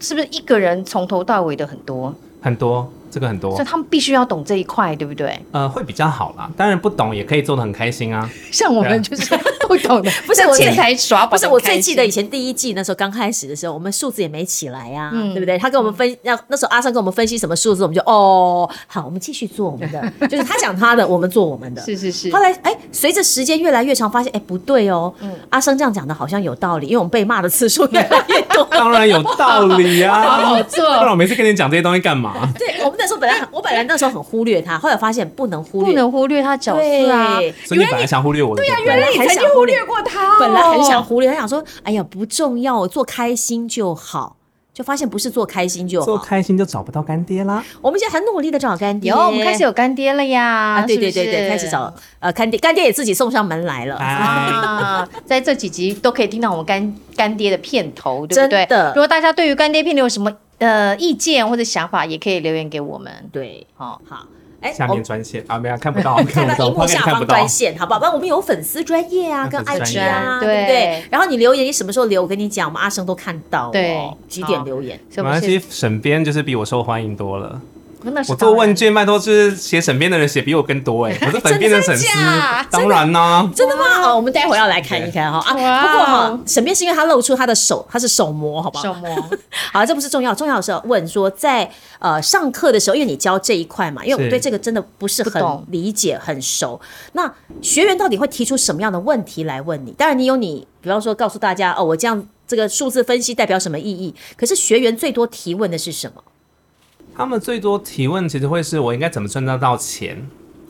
Speaker 5: 是不是一个人从头到尾的很多？
Speaker 4: 很多，这个很
Speaker 5: 所以
Speaker 4: 多，
Speaker 5: 他们必须要懂这一块，对不对？
Speaker 4: 呃，会比较好啦。当然不懂也可以做的很开心啊。
Speaker 5: 像我们就是不懂的，
Speaker 2: 不是
Speaker 5: 在
Speaker 2: 我
Speaker 5: 前
Speaker 2: 最
Speaker 5: 台耍
Speaker 2: 不
Speaker 5: 宝得
Speaker 2: 是，
Speaker 5: 很
Speaker 2: 我
Speaker 5: 开
Speaker 2: 最记得
Speaker 5: 心
Speaker 2: 以前第一季那时候刚开始的时候，我们数字也没起来呀、
Speaker 5: 嗯
Speaker 2: 对不对？他跟我们分，那那时候阿尚跟我们分析什么数字，我们就哦，好，我们继续做我们 的，就是他讲他的，我们做我们的。
Speaker 5: 是是是
Speaker 2: 后，来，哎，随着嗯时间越来越长，发现，哎，不对哦，阿生这样讲的好像有道理，因为我们被骂的次数越来越多。
Speaker 4: 当然有道理
Speaker 5: 好
Speaker 4: 啊，
Speaker 5: 好
Speaker 4: 不
Speaker 5: 做
Speaker 4: 然，我每次跟你讲这些东西干嘛？
Speaker 2: 对我们那时候本来很我本来那时候很忽略他，后来发现不能忽略，
Speaker 5: 不能忽略他角
Speaker 2: 对
Speaker 5: 色啊。
Speaker 4: 所以你本来想忽略我的，对不对
Speaker 2: 原来你曾经忽略
Speaker 5: 过他哦
Speaker 2: 本来很想忽略，他想说，哎呀不重要，我做开心就好。就发现不是做开心就
Speaker 4: 做
Speaker 2: 好，
Speaker 4: 开心就找不到干爹啦。
Speaker 2: 我们现在很努力的找干爹，
Speaker 5: 有，我们开始有干爹了呀！
Speaker 2: 啊，对
Speaker 5: 是不
Speaker 2: 对
Speaker 5: 是
Speaker 2: 对对，开始找呃干爹，干爹也自己送上门来了，
Speaker 4: 哎，
Speaker 5: 啊，在这几集都可以听到我们干干爹的片头，对不对？
Speaker 2: 真的
Speaker 5: 如果大家对于干爹片头有什么呃意见或者想法，也可以留言给我们。
Speaker 2: 对，
Speaker 5: 好，
Speaker 2: 好，哎，
Speaker 4: 下
Speaker 2: 我
Speaker 4: 面专线啊，没有看不到，看
Speaker 2: 看
Speaker 4: 不
Speaker 2: 到
Speaker 4: 到，
Speaker 2: 荧幕
Speaker 4: 怕给你
Speaker 2: 下
Speaker 4: 看
Speaker 2: 方
Speaker 4: 不到
Speaker 2: 专。线，好不好？不然我们有粉丝专业啊，跟
Speaker 4: 粉丝
Speaker 2: IG
Speaker 4: 专业
Speaker 2: 啊，
Speaker 5: 对
Speaker 2: 对不对？然后你留言，你什么时候留？我跟你讲，我们阿生都看到哦。
Speaker 5: 对
Speaker 2: 几点
Speaker 5: 好
Speaker 2: 留言？
Speaker 5: 什
Speaker 4: 没
Speaker 5: 么
Speaker 4: 关系，沈编就是比我受欢迎多了。
Speaker 5: 那是
Speaker 4: 我
Speaker 5: 当
Speaker 4: 做
Speaker 5: 然
Speaker 4: 问卷，拜托，就是写沈编的人写比我更 多哎，我是粉编粉丝
Speaker 5: 真的假，
Speaker 4: 当然呢。
Speaker 2: 真的吗？哦，我们待会要来看一看哈啊！
Speaker 5: 哇
Speaker 2: 不过哈，沈编是因为他露出他的手，他是手模，好不好
Speaker 5: 手？ 模，
Speaker 2: 好，这不是重要，重要的是要问说，在呃上课的时候，因为你教这一块嘛，因为我们
Speaker 4: 是
Speaker 2: 对这个真的不是
Speaker 5: 不
Speaker 2: 很
Speaker 5: 懂
Speaker 2: 理解、很熟。那学员到底会提出什么样的问题来问你？当然，你有你，比方说告诉大家哦，我这样这个数字分析代表什么意义？可是学员最多提问的是什么？
Speaker 4: 他们最多提问其实会是我应该怎么赚得到钱。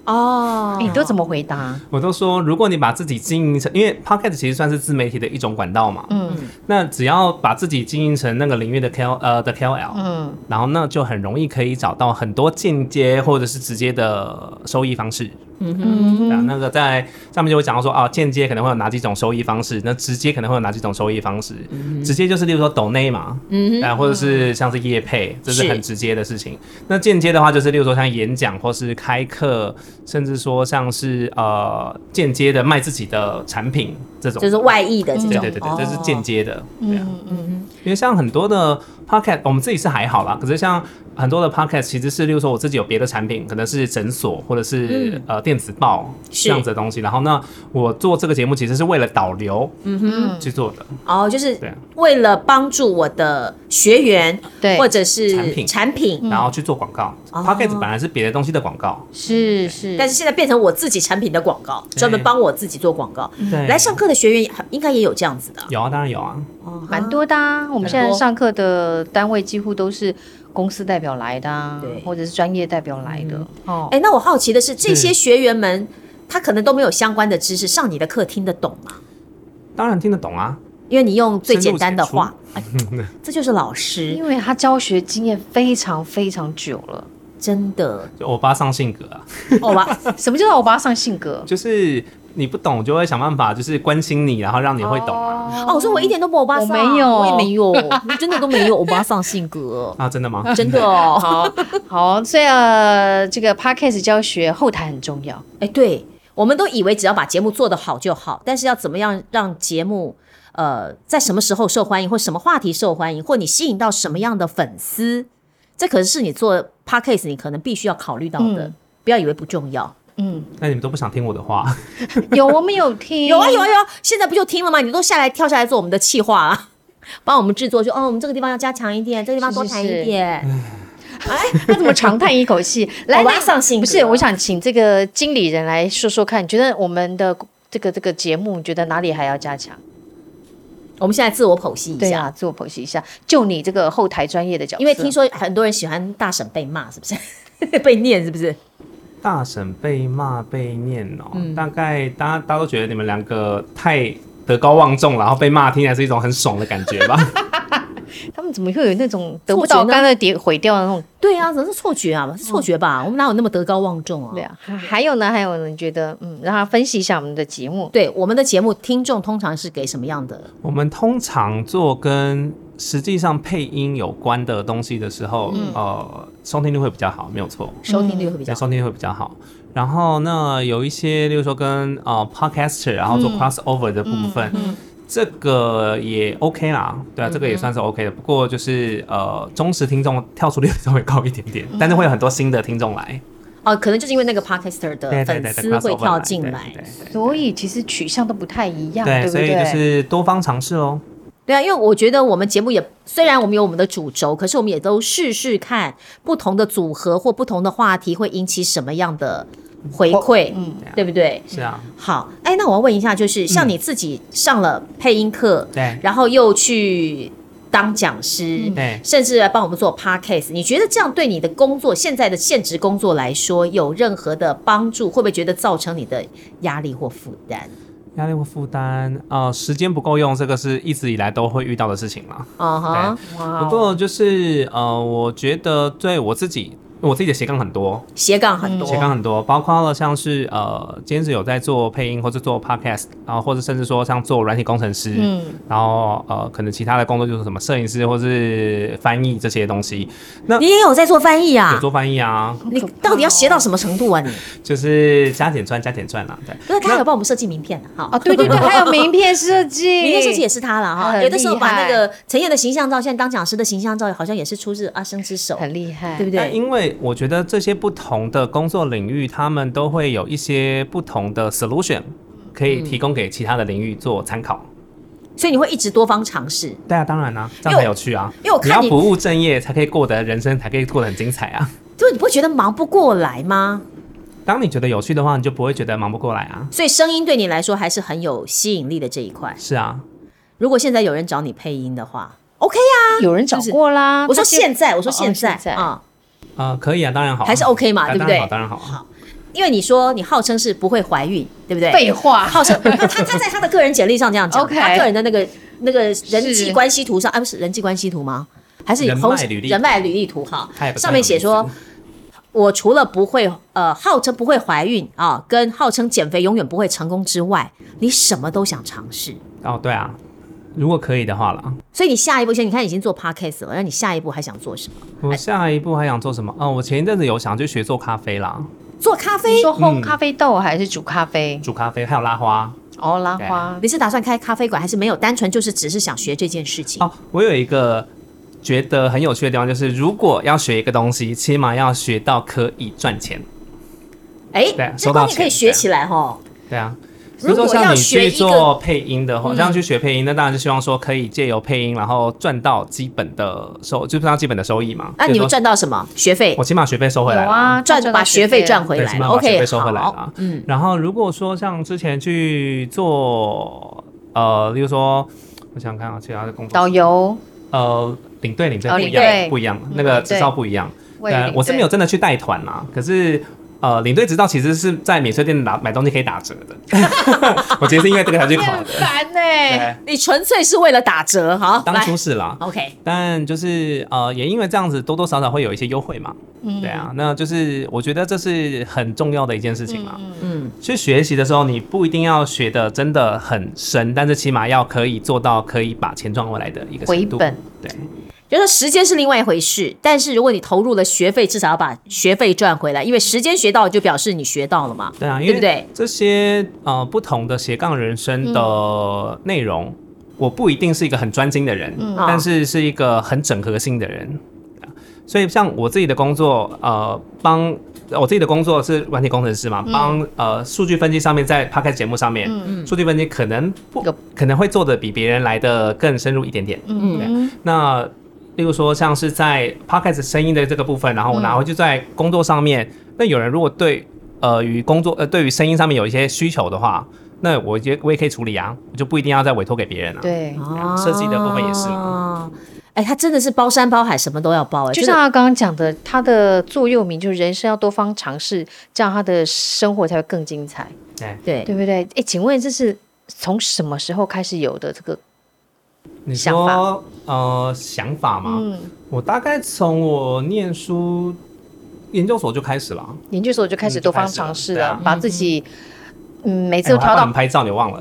Speaker 2: 哦，
Speaker 5: 你都怎么回答？
Speaker 4: 我都说，如果你把自己经营成，因为 podcast 其实算是自媒体的一种管道嘛，
Speaker 5: 嗯
Speaker 4: 那只要把自己经营成那个领域的 KOL 呃的 KOL，
Speaker 5: 嗯，
Speaker 4: 然后那就很容易可以找到很多间接或者是直接的收益方式。嗯哼，啊，那个在上面就会讲到说啊，间接可能会有哪几种收益方式，那直接可能会有哪几种收益方式。直接就是例如说抖内嘛，嗯啊，或者是像是业配，这是
Speaker 2: 是
Speaker 4: 很直接的事情。那间接的话就是例如说像演讲或是开课，甚至说像是呃间接的卖自己的产品这种，
Speaker 2: 就是外溢的这种？
Speaker 4: 对对对对，这是间
Speaker 2: 哦
Speaker 4: 接的，对啊，嗯嗯嗯，因为像很多的 podcast，我们自己是还好啦，可是像很多的 podcast 其实是，例如说我自己有别的产品，可能是诊所或者是、呃电子报
Speaker 2: 嗯是
Speaker 4: 这样子的东西，然后呢，我做这个节目其实是为了导流，嗯
Speaker 5: 哼
Speaker 4: 去做的，
Speaker 2: 哦，就是
Speaker 4: 对啊
Speaker 2: 为了帮助我的学员，
Speaker 5: 对嗯
Speaker 2: 或者是
Speaker 4: 产品
Speaker 2: 产品，
Speaker 4: 然后去做广告、
Speaker 2: 哦
Speaker 4: p o d c a s t 本来是别的东西的广告，
Speaker 5: 是是，
Speaker 2: 但是现在变成我自己产品的广告，
Speaker 4: 对
Speaker 2: 专门帮我自己做广告。
Speaker 5: 哎
Speaker 4: 对，
Speaker 2: 嗯来上课的学员也应该也有这样子的，
Speaker 4: 有啊，当然有啊，
Speaker 2: 哦
Speaker 5: 蛮。多的啊。我们现在上课的单位几乎都是公司代表来的啊
Speaker 2: 对，
Speaker 5: 或者是专业代表来的。哦，
Speaker 2: 哎，那我好奇的是，这些学员们他可能都没有相关的知识，上你的课听得懂吗？
Speaker 4: 当然听得懂啊，
Speaker 2: 因为你用最简单的话，哎这就是老
Speaker 5: 因
Speaker 2: 师，
Speaker 5: 为他教学经验非常非常久了。
Speaker 2: 真的。
Speaker 4: 就欧巴上性格啊，
Speaker 2: 哦 哇，
Speaker 5: 什么叫做欧巴上性格？
Speaker 4: 就是你不懂就会想办法，就是关心你，然后让你 会懂啊，
Speaker 2: 哦，我说我一点都不欧巴桑，
Speaker 5: 我没有
Speaker 2: 我也没有，我真的都没有欧巴桑性格，
Speaker 4: 啊，真的吗？
Speaker 2: 真的哦。
Speaker 5: 好好，所以呃，这个 podcast 教学后台很重 要。
Speaker 2: 哎，对，我们都以为只要把节目做得好就好，但是要怎么样让节目呃在什么时候受欢迎，或什么话题受欢迎，或你吸引到什么样的粉丝，这可能是你做 podcast 你可能必须要考虑到的。
Speaker 5: 嗯
Speaker 2: 不要以为不重要，
Speaker 5: 嗯，
Speaker 4: 那你们都不想听我的话。
Speaker 5: 有我们有听，
Speaker 2: 有啊有啊有啊！现在不就听了吗？你都下来跳下来做我们的企划啊，帮我们制作，就哦，我们这个地方要加强一点，这个地方多谈一点。
Speaker 5: 他怎么长叹一口 气？来，
Speaker 2: 欧巴
Speaker 5: 那
Speaker 2: 桑性格
Speaker 5: 不是，我想请这个经理人来说说看，你觉得我们的这个这个节目，你觉得哪里还要加强？
Speaker 2: 我们现在自我剖析一
Speaker 5: 对
Speaker 2: 下，
Speaker 5: 啊，哎自我剖析一下，就你这个后台专业的角色，
Speaker 2: 因为听说很多人喜欢大婶被骂，是 不是？被念是不是？
Speaker 4: 大婶被骂被念哦，大概大家大家都觉得你们两个太德高望重，然后被骂听起来是一种很爽的感觉吧？
Speaker 5: 他们怎么会有那种得不
Speaker 2: 错觉
Speaker 5: 到
Speaker 2: 呢
Speaker 5: 刚才跌毁掉的那种？
Speaker 2: 对啊，只是错觉啊，是错觉吧？我们哪有那么德高望重啊？
Speaker 5: 对啊，还还有呢，还有呢，你觉得嗯，让他分析一下我们的节目，
Speaker 2: 对我们的节目，听众通常是给什么样的？
Speaker 4: 我们通常做跟实际上配音有关的东西的时候，呃，收听率会比较好，没有错，
Speaker 2: 收听率会比较
Speaker 4: 对，
Speaker 2: 好。
Speaker 4: 收听率会比较好。然后那有一些，例如说跟呃 podcaster，然后
Speaker 2: 嗯
Speaker 4: 做 crossover 的部分，这个也 OK 啦，对啊，这个也
Speaker 2: 嗯
Speaker 4: 算是 OK 的。不过就是呃，忠实听众跳出率稍微高一点
Speaker 2: 嗯
Speaker 4: 点，但是会有很多新的听众来，
Speaker 2: 哦，可能就是因为那个 podcaster 的
Speaker 4: 对对
Speaker 2: 粉
Speaker 4: 对
Speaker 2: 丝
Speaker 4: 对，
Speaker 2: 会
Speaker 4: crossover
Speaker 2: 跳进
Speaker 4: 对
Speaker 2: 来
Speaker 4: 对。对对
Speaker 5: 所以其实取向都不太一样，
Speaker 4: 对，
Speaker 5: 不
Speaker 4: 所以
Speaker 5: 对？
Speaker 4: 就是多方尝试喽。
Speaker 2: 对啊，因为我觉得我们节目也虽然我们有我们的主轴，可是我们也都试试看不同的组合或不同的话题会引起什么样的回馈，嗯，对不对？
Speaker 4: 是啊，
Speaker 2: 好，哎，那我要问一下，就是像你自己上了配音课，
Speaker 4: 对
Speaker 2: 然后又去当讲师，
Speaker 4: 哎
Speaker 2: 甚至来帮我们做 podcast。你觉得这样对你的工作，现在的现职工作来说，有任何的帮助？会不会觉得造成你的压力或负担？
Speaker 4: 压力或负担啊，呃时间不够用，这个是一直以来都会遇到的事情啦。
Speaker 5: 嗯
Speaker 2: 啊哈，
Speaker 5: 哇哦
Speaker 4: 不过就是呃，我觉得对我自己，我自己的斜杠很多，
Speaker 2: 斜杠很多，
Speaker 4: 斜杠很多，包括了像是呃，兼职有在做配音或者做 podcast，然后或者甚至说像做软体工程师，
Speaker 5: 嗯，
Speaker 4: 然后呃，可能其他的工作就是什么摄影师或是翻译这些东西，那
Speaker 2: 你也有在做翻译啊
Speaker 4: 有？做翻译啊，
Speaker 2: 你到底要斜到什么程度啊 你？
Speaker 4: 就是加减赚加减赚啦，对。
Speaker 2: 不是，他有帮我们设计名片的啊哈。
Speaker 5: 哦，对对对，还有名片设计，
Speaker 2: 明天设计也是他了哈，
Speaker 5: 很
Speaker 2: 有的时候
Speaker 5: 厉
Speaker 2: 把那
Speaker 5: 害
Speaker 2: 个陈燕的形象照，现在当讲师的形象照，好像也是出自阿生之手，啊
Speaker 5: 很厉害，哎
Speaker 2: 对不
Speaker 4: 但
Speaker 2: 对？
Speaker 4: 因为我觉得这些不同的工作领域，他们都会有一些不同的 solution 可以提供给其他的领域做参考。
Speaker 2: 所以你会一直多方尝试。
Speaker 4: 对啊，当然啦、这样才有趣啊！
Speaker 2: 因为我看
Speaker 4: 你
Speaker 2: 你
Speaker 4: 要不务正业，才可以过得人生，才可以过得很精彩啊！
Speaker 2: 就是你不会觉得忙不过来吗？
Speaker 4: 当你觉得有趣的话，你就不会觉得忙不过来啊。
Speaker 2: 所以声音对你来说还是很有吸引力的这一块。
Speaker 4: 是啊，
Speaker 2: 如果现在有人找你配音的话，OK
Speaker 5: 有人找
Speaker 2: 就是
Speaker 5: 过啦。
Speaker 2: 啊。我说
Speaker 5: 那些
Speaker 2: 现在，我说
Speaker 5: 哦
Speaker 2: 现在
Speaker 5: 现在
Speaker 2: 啊，
Speaker 4: 呃，可以啊，当然好啊、
Speaker 2: 还是 OK 嘛
Speaker 4: 啊
Speaker 2: 对不
Speaker 4: 当然好
Speaker 2: 对
Speaker 4: 当然好啊。
Speaker 2: 因为你说你号称是不会怀孕，对不对？
Speaker 5: 废话，
Speaker 2: 号称 他他他在他的个人简历上这样讲
Speaker 5: OK
Speaker 2: 他个人的那个那个人际
Speaker 5: 是
Speaker 2: 关系图上，哎、不是人际关系图吗？还是
Speaker 4: 人
Speaker 2: 红
Speaker 4: 脉履历
Speaker 2: 人脉履历图哈
Speaker 4: 他也？不是
Speaker 2: 上面写
Speaker 4: 很有
Speaker 2: 说
Speaker 4: 意思，
Speaker 2: 我除了不会呃号称不会怀孕啊，跟号称减肥永远不会成功之外，你什么都想尝试。
Speaker 4: 哦，对啊，如果可以的话啦。
Speaker 2: 所以你下一步，现在你看已经做 podcast 了，那你下一步还想做什么？
Speaker 4: 我下一步还想做什么？哦，我前一阵子有想去学做咖啡啦，
Speaker 2: 做咖啡
Speaker 5: 你？说烘
Speaker 4: 嗯
Speaker 5: 咖啡豆还是煮咖啡？
Speaker 4: 煮咖啡还有拉花，
Speaker 5: 哦，拉花，
Speaker 2: 你是打算开咖啡馆，还是没有？单纯就是只是想学这件事情？
Speaker 4: 哦，我有一个觉得很有趣的地方，就是如果要学一个东西，起码要学到可以赚钱。
Speaker 2: 哎、
Speaker 4: 对
Speaker 2: 这
Speaker 4: 收到
Speaker 2: 观念可
Speaker 4: 钱
Speaker 2: 以学
Speaker 4: 对
Speaker 2: 起来哈。
Speaker 4: 对啊，
Speaker 2: 如果
Speaker 4: 比说像
Speaker 2: 要
Speaker 4: 你
Speaker 2: 学一
Speaker 4: 去
Speaker 2: 个
Speaker 4: 做配音的话，像去学配音，那当然是希望说可以借由配音，然后赚到基本的收，就是到基本的收益嘛。
Speaker 2: 那、你
Speaker 4: 比如
Speaker 2: 们
Speaker 4: 说，
Speaker 2: 赚到什么学费
Speaker 4: 我？起码学费收回来
Speaker 5: 有
Speaker 4: 了。
Speaker 5: 啊，
Speaker 2: 赚
Speaker 5: 到
Speaker 2: 把学费赚
Speaker 5: 啊
Speaker 2: 回
Speaker 4: 对
Speaker 2: 来
Speaker 4: 起
Speaker 2: 了
Speaker 4: 码把学
Speaker 2: ，OK，
Speaker 4: 费收回来了
Speaker 2: 好
Speaker 4: 啊，
Speaker 2: 嗯，
Speaker 4: 然后如果说像之前去做，呃，例如说，我想想看啊，其他的工作
Speaker 5: 导，游。
Speaker 4: 呃，领队领队
Speaker 5: 哦
Speaker 4: 不一
Speaker 5: 领队
Speaker 4: 样，不一样，那个
Speaker 5: 领队
Speaker 4: 至少不一样。
Speaker 5: 为
Speaker 4: 对
Speaker 5: 了
Speaker 4: 啊
Speaker 5: 领
Speaker 4: 我是
Speaker 5: 队
Speaker 4: 没有真的去带团啦，可是。呃，领队执照其实是在免税店打买东西可以打折的， 我其实是因为这个才去考
Speaker 5: 很
Speaker 4: 的。
Speaker 5: 烦呢。
Speaker 4: 对，
Speaker 2: 你纯粹是为了打折哈，
Speaker 4: 当初
Speaker 2: 来
Speaker 4: 是啦，
Speaker 2: OK，
Speaker 4: 但就是呃，也因为这样子多多少少会有一些优惠嘛。对啊，那就是我觉得这是很重要的一件事情啦。
Speaker 2: 嗯，
Speaker 4: 去学习的时候，你不一定要学的真的很深，但是起码要可以做到可以把钱赚回来的一个程度
Speaker 5: 回本。
Speaker 4: 对，
Speaker 2: 就说时间是另外一回事，但是如果你投入了学费，至少要把学费赚回来，因为时间学到了就表示你学到了嘛，
Speaker 4: 对啊，因
Speaker 2: 对不
Speaker 4: 为
Speaker 2: 对？
Speaker 4: 这些呃不同的斜杠人生
Speaker 2: 嗯
Speaker 4: 的内容，我不一定是一个很专精的人，但是是一个很整合性的人。所以像我自己的工作，呃，帮我自己的工作是软体工程师嘛，
Speaker 2: 嗯
Speaker 4: 帮、呃数据分析上面在 p o c a s t 节目上面，数据分析可能不
Speaker 5: 有
Speaker 4: 可能会做的比别人来的更深入一点点。
Speaker 5: 嗯，
Speaker 4: 那例如说像是在 podcast 声音的这个部分，然后我
Speaker 5: 嗯
Speaker 4: 拿回去在工作上面，那有人如果对呃于工作呃对于声音上面有一些需求的话，那我觉我也可以处理啊，我就不一定要再委托给别人了、啊。
Speaker 5: 对，
Speaker 4: 啊设计的部分也是
Speaker 2: 嘛。哎，他真的是包山包海，什么都要包哎、
Speaker 5: 就像他刚刚讲的，他的座右铭就是人生要多方尝试，这样他的生活才会更精彩，
Speaker 2: 对
Speaker 5: 对不对？哎，请问这是从什么时候开始有的这个？
Speaker 4: 你
Speaker 5: 想
Speaker 4: 说呃想法吗？
Speaker 5: 嗯，
Speaker 4: 我大概从我念书研究所就开始了啊，
Speaker 5: 研究所就开始
Speaker 4: 嗯就
Speaker 5: 多方
Speaker 4: 开始了
Speaker 5: 尝试
Speaker 4: 对
Speaker 5: 了
Speaker 4: 啊，
Speaker 5: 把自己嗯每次
Speaker 4: 哎
Speaker 5: 都
Speaker 4: 我还
Speaker 5: 调
Speaker 4: 帮你
Speaker 5: 到
Speaker 4: 们拍照，你忘了？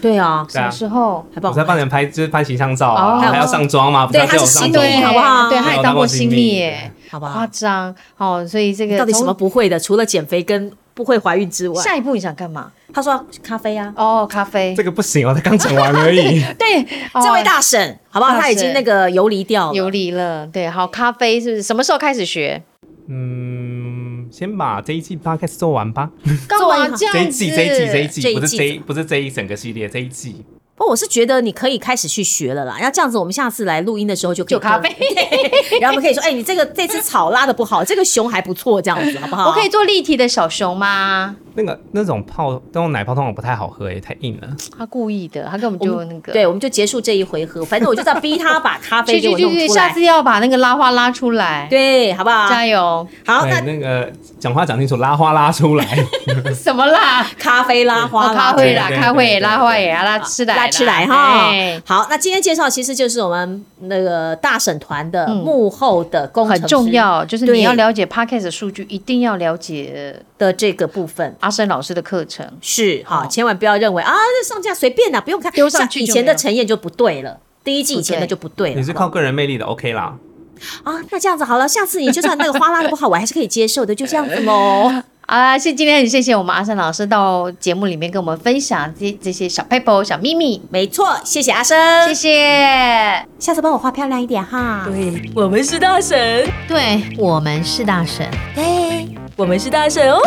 Speaker 2: 对啊，
Speaker 4: 对
Speaker 5: 什么
Speaker 4: 啊，
Speaker 5: 时候？
Speaker 2: 还
Speaker 4: 我
Speaker 2: 帮我
Speaker 4: 在帮你们拍就是拍形象照啊，
Speaker 5: 哦
Speaker 4: 还要上妆嘛，不
Speaker 2: 对
Speaker 4: 要
Speaker 2: 他是
Speaker 4: 有上
Speaker 2: 新
Speaker 4: 妆
Speaker 2: 密
Speaker 4: 吗
Speaker 2: 好不好
Speaker 5: 对，他
Speaker 4: 没
Speaker 5: 也
Speaker 4: 有
Speaker 5: 当
Speaker 4: 当
Speaker 5: 过
Speaker 4: 过
Speaker 5: 新
Speaker 4: 新
Speaker 5: 密
Speaker 4: 密
Speaker 5: 耶，
Speaker 2: 好不
Speaker 5: 夸
Speaker 2: 好？
Speaker 5: 张哦。所以这个
Speaker 2: 到底什么
Speaker 5: 从
Speaker 2: 不会的？除了减肥跟不会怀孕之外，
Speaker 5: 下一步你想干嘛？
Speaker 2: 他说咖啡啊，
Speaker 5: 哦，咖啡
Speaker 4: 这。个不行哦，才刚讲完而 已。
Speaker 5: 对，
Speaker 2: 这位
Speaker 5: 哦
Speaker 2: 大婶，好不好？
Speaker 5: 大
Speaker 2: 他已
Speaker 5: 婶
Speaker 2: 经那个游离掉了，
Speaker 5: 游离了，对，好，咖啡是不是？什么时候开始学？
Speaker 4: 嗯，先把这一季 podcast 做完吧。
Speaker 5: 干
Speaker 2: 做完
Speaker 5: 嘛这样
Speaker 4: 这
Speaker 5: 子？
Speaker 4: 一季，这一季，这一季，不
Speaker 2: 这一
Speaker 4: 是
Speaker 2: 季
Speaker 4: 这一，不是这一整个系列，这一季。
Speaker 2: 不，我是觉得你可以开始去学了啦。那这样子，我们下次来录音的时候就可以
Speaker 5: 就咖啡，
Speaker 2: 然后我们可以说，哎、 你这个这只草拉的不好，这个熊还不错，这样子好不好？
Speaker 5: 我可以做立体的小熊吗？
Speaker 4: 那个那种泡那种奶泡通常不太好喝诶、太硬了。
Speaker 5: 他故意的，他根本就那个。
Speaker 2: 对，我们就结束这一回合。反正我就是要逼他把咖啡
Speaker 5: 去
Speaker 2: 给
Speaker 5: 去
Speaker 2: 我
Speaker 5: 去
Speaker 2: 弄
Speaker 5: 去，
Speaker 2: 出
Speaker 5: 下
Speaker 2: 来，
Speaker 5: 次要把那个拉花拉出来，
Speaker 2: 对，好不好？
Speaker 5: 加油！
Speaker 2: 好，
Speaker 4: 哎
Speaker 2: 哦那
Speaker 4: 那个讲话讲清楚，拉花拉出来。
Speaker 5: 什么啦？
Speaker 2: 咖啡拉花
Speaker 5: 哦，
Speaker 2: 啦
Speaker 5: 咖啡啦，
Speaker 4: 对对
Speaker 5: 咖啡
Speaker 4: 对对
Speaker 5: 拉花也啊要拉吃来啦，
Speaker 2: 拉起来哈
Speaker 5: 哎。
Speaker 2: 好，那今天介绍其实就是我们那个大审团的幕后的工程
Speaker 5: 嗯很
Speaker 2: 师
Speaker 5: 重要，就是
Speaker 2: 对
Speaker 5: 你要了解 podcast 的数据，一定要了解
Speaker 2: 的这个部分。
Speaker 5: 阿生老师的课程。
Speaker 2: 是哈，
Speaker 5: 哦
Speaker 2: 千万不要认为啊，这上架随便啦，不用看，
Speaker 5: 丢上
Speaker 2: 像
Speaker 5: 去
Speaker 2: 以
Speaker 5: 就
Speaker 2: 前
Speaker 5: 没
Speaker 2: 的
Speaker 5: 有
Speaker 2: 陈燕就不对了。第一季以前的
Speaker 5: 不对
Speaker 2: 就不对了，
Speaker 4: 你是靠个人魅力的，OK 啦。
Speaker 2: 啊？那这样子好了，下次你就算那个花拉的不好，我还是可以接受的，就这样子 喽。
Speaker 5: 啊，是今天很谢谢我们阿生老师到节目里面跟我们分享这这些小 paper 小秘密，
Speaker 2: 没错，谢谢阿生，
Speaker 5: 谢谢。
Speaker 2: 下次帮我画漂亮一点哈。
Speaker 6: 对，我们是大神，
Speaker 1: 对我们是大神。
Speaker 6: 我们是大神哦。